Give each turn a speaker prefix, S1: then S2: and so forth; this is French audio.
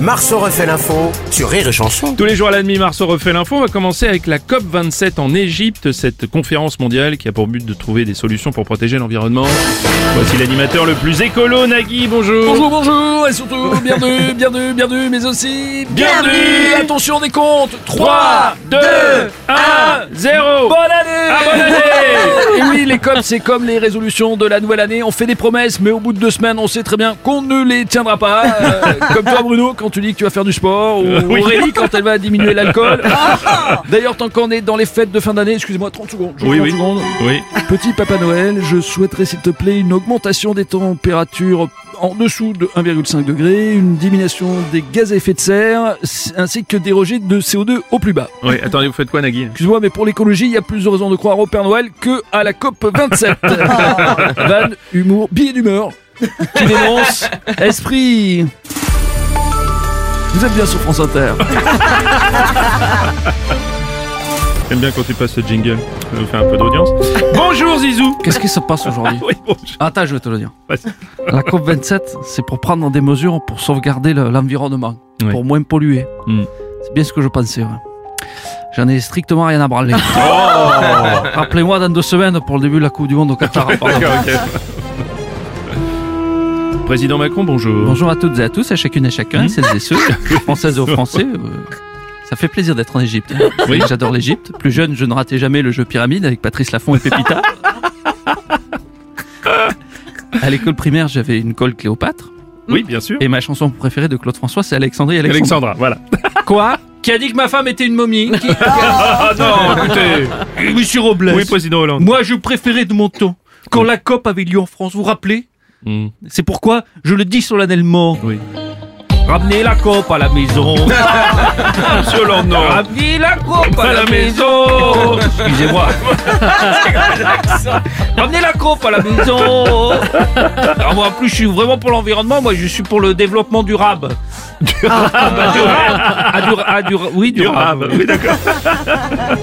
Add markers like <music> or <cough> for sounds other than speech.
S1: Marceau refait l'info sur Rire et Chanson.
S2: Tous les jours à la demi, Marceau refait l'info. On va commencer avec la COP27 en Égypte, cette conférence mondiale qui a pour but de trouver des solutions pour protéger l'environnement. Voici l'animateur le plus écolo, Nagui, bonjour.
S3: Bonjour, bonjour, et surtout, bienvenue, <laughs> bienvenue, bienvenue, mais aussi
S2: Bienvenue.
S3: Attention, des comptes 3
S2: 3, 2, 1, 0.
S3: Bonne année
S2: Ah, bonne année
S3: <laughs> Et oui, les COP, c'est comme les résolutions de la nouvelle année. On fait des promesses, mais au bout de deux semaines, on sait très bien qu'on ne les tiendra pas. Euh,
S2: <laughs>
S3: comme toi, Bruno, quand tu dis que tu vas faire du sport, ou
S2: oui.
S3: Aurélie, quand elle va
S2: <laughs>
S3: diminuer l'alcool. D'ailleurs, tant qu'on est dans les fêtes de fin d'année, excusez-moi, 30 secondes. je
S2: Oui,
S3: 30
S2: oui.
S3: secondes.
S2: Oui.
S3: Petit Papa Noël, je souhaiterais s'il te plaît une augmentation des températures en dessous de 1,5 degré, une diminution des gaz à effet de serre, ainsi que des rejets de CO2 au plus bas.
S2: Oui, attendez, vous faites quoi, Nagui
S3: Excuse-moi, mais pour l'écologie, il y a plus de raisons de croire au Père Noël que à la COP 27. Van, humour, billet d'humeur, qui dénonce, esprit. Vous êtes bien sur France Inter.
S2: J'aime bien quand tu passes ce jingle. Ça nous fait un peu d'audience. Bonjour, Zizou.
S3: Qu'est-ce qui se passe aujourd'hui
S2: Oui, bonjour.
S3: Attends, je vais te le dire.
S2: Vas-y.
S3: La COP27, c'est pour prendre des mesures pour sauvegarder le- l'environnement,
S2: Ouais.
S3: pour moins polluer.
S2: Mm.
S3: C'est bien ce que je pensais. ouais. J'en ai strictement rien
S2: <laughs>
S3: à branler. Oh.
S2: Oh.
S3: Rappelez-moi dans deux semaines pour le début de la Coupe du Monde au
S2: <laughs>
S3: Qatar.
S2: D'accord, ok. Président Macron, bonjour.
S3: Bonjour à toutes et à tous, à chacune et chacun,
S2: Mm.
S3: celles et ceux, françaises et aux français. euh, Ça fait plaisir d'être en Égypte.
S2: Oui.
S3: J'adore l'Égypte. Plus jeune, je ne ratais jamais le jeu pyramide avec Patrice Laffont
S2: <laughs>
S3: et Pépita. À l'école primaire, j'avais une colle Cléopâtre.
S2: Oui, bien sûr.
S3: Et ma chanson préférée de Claude François, c'est Alexandrie et Alexandre.
S2: Alexandra, voilà.
S3: Quoi Qui a dit que ma femme était une momie Qui-
S2: Ah
S3: <laughs>
S2: non, écoutez.
S3: Monsieur Robles.
S2: Oui, président Hollande.
S3: Moi, je préférais de mon temps. Quand la COP avait lieu en France, vous vous rappelez
S2: Mm.
S3: C'est pourquoi je le dis solennellement.
S2: Oui.
S3: Ramenez la COP à la maison. <laughs>
S2: Monsieur Hollande, non.
S3: Ramenez Ah. la COP à la maison. <laughs>
S2: maison.
S3: Excusez-moi. Ramenez la COP à la maison. Alors moi, en plus, je suis vraiment pour l'environnement. Moi, je suis pour le développement durable. bah, Durable. Ah, durable. Ah, dura- ah, dura- oui, durable.
S2: Durable. Oui, d'accord.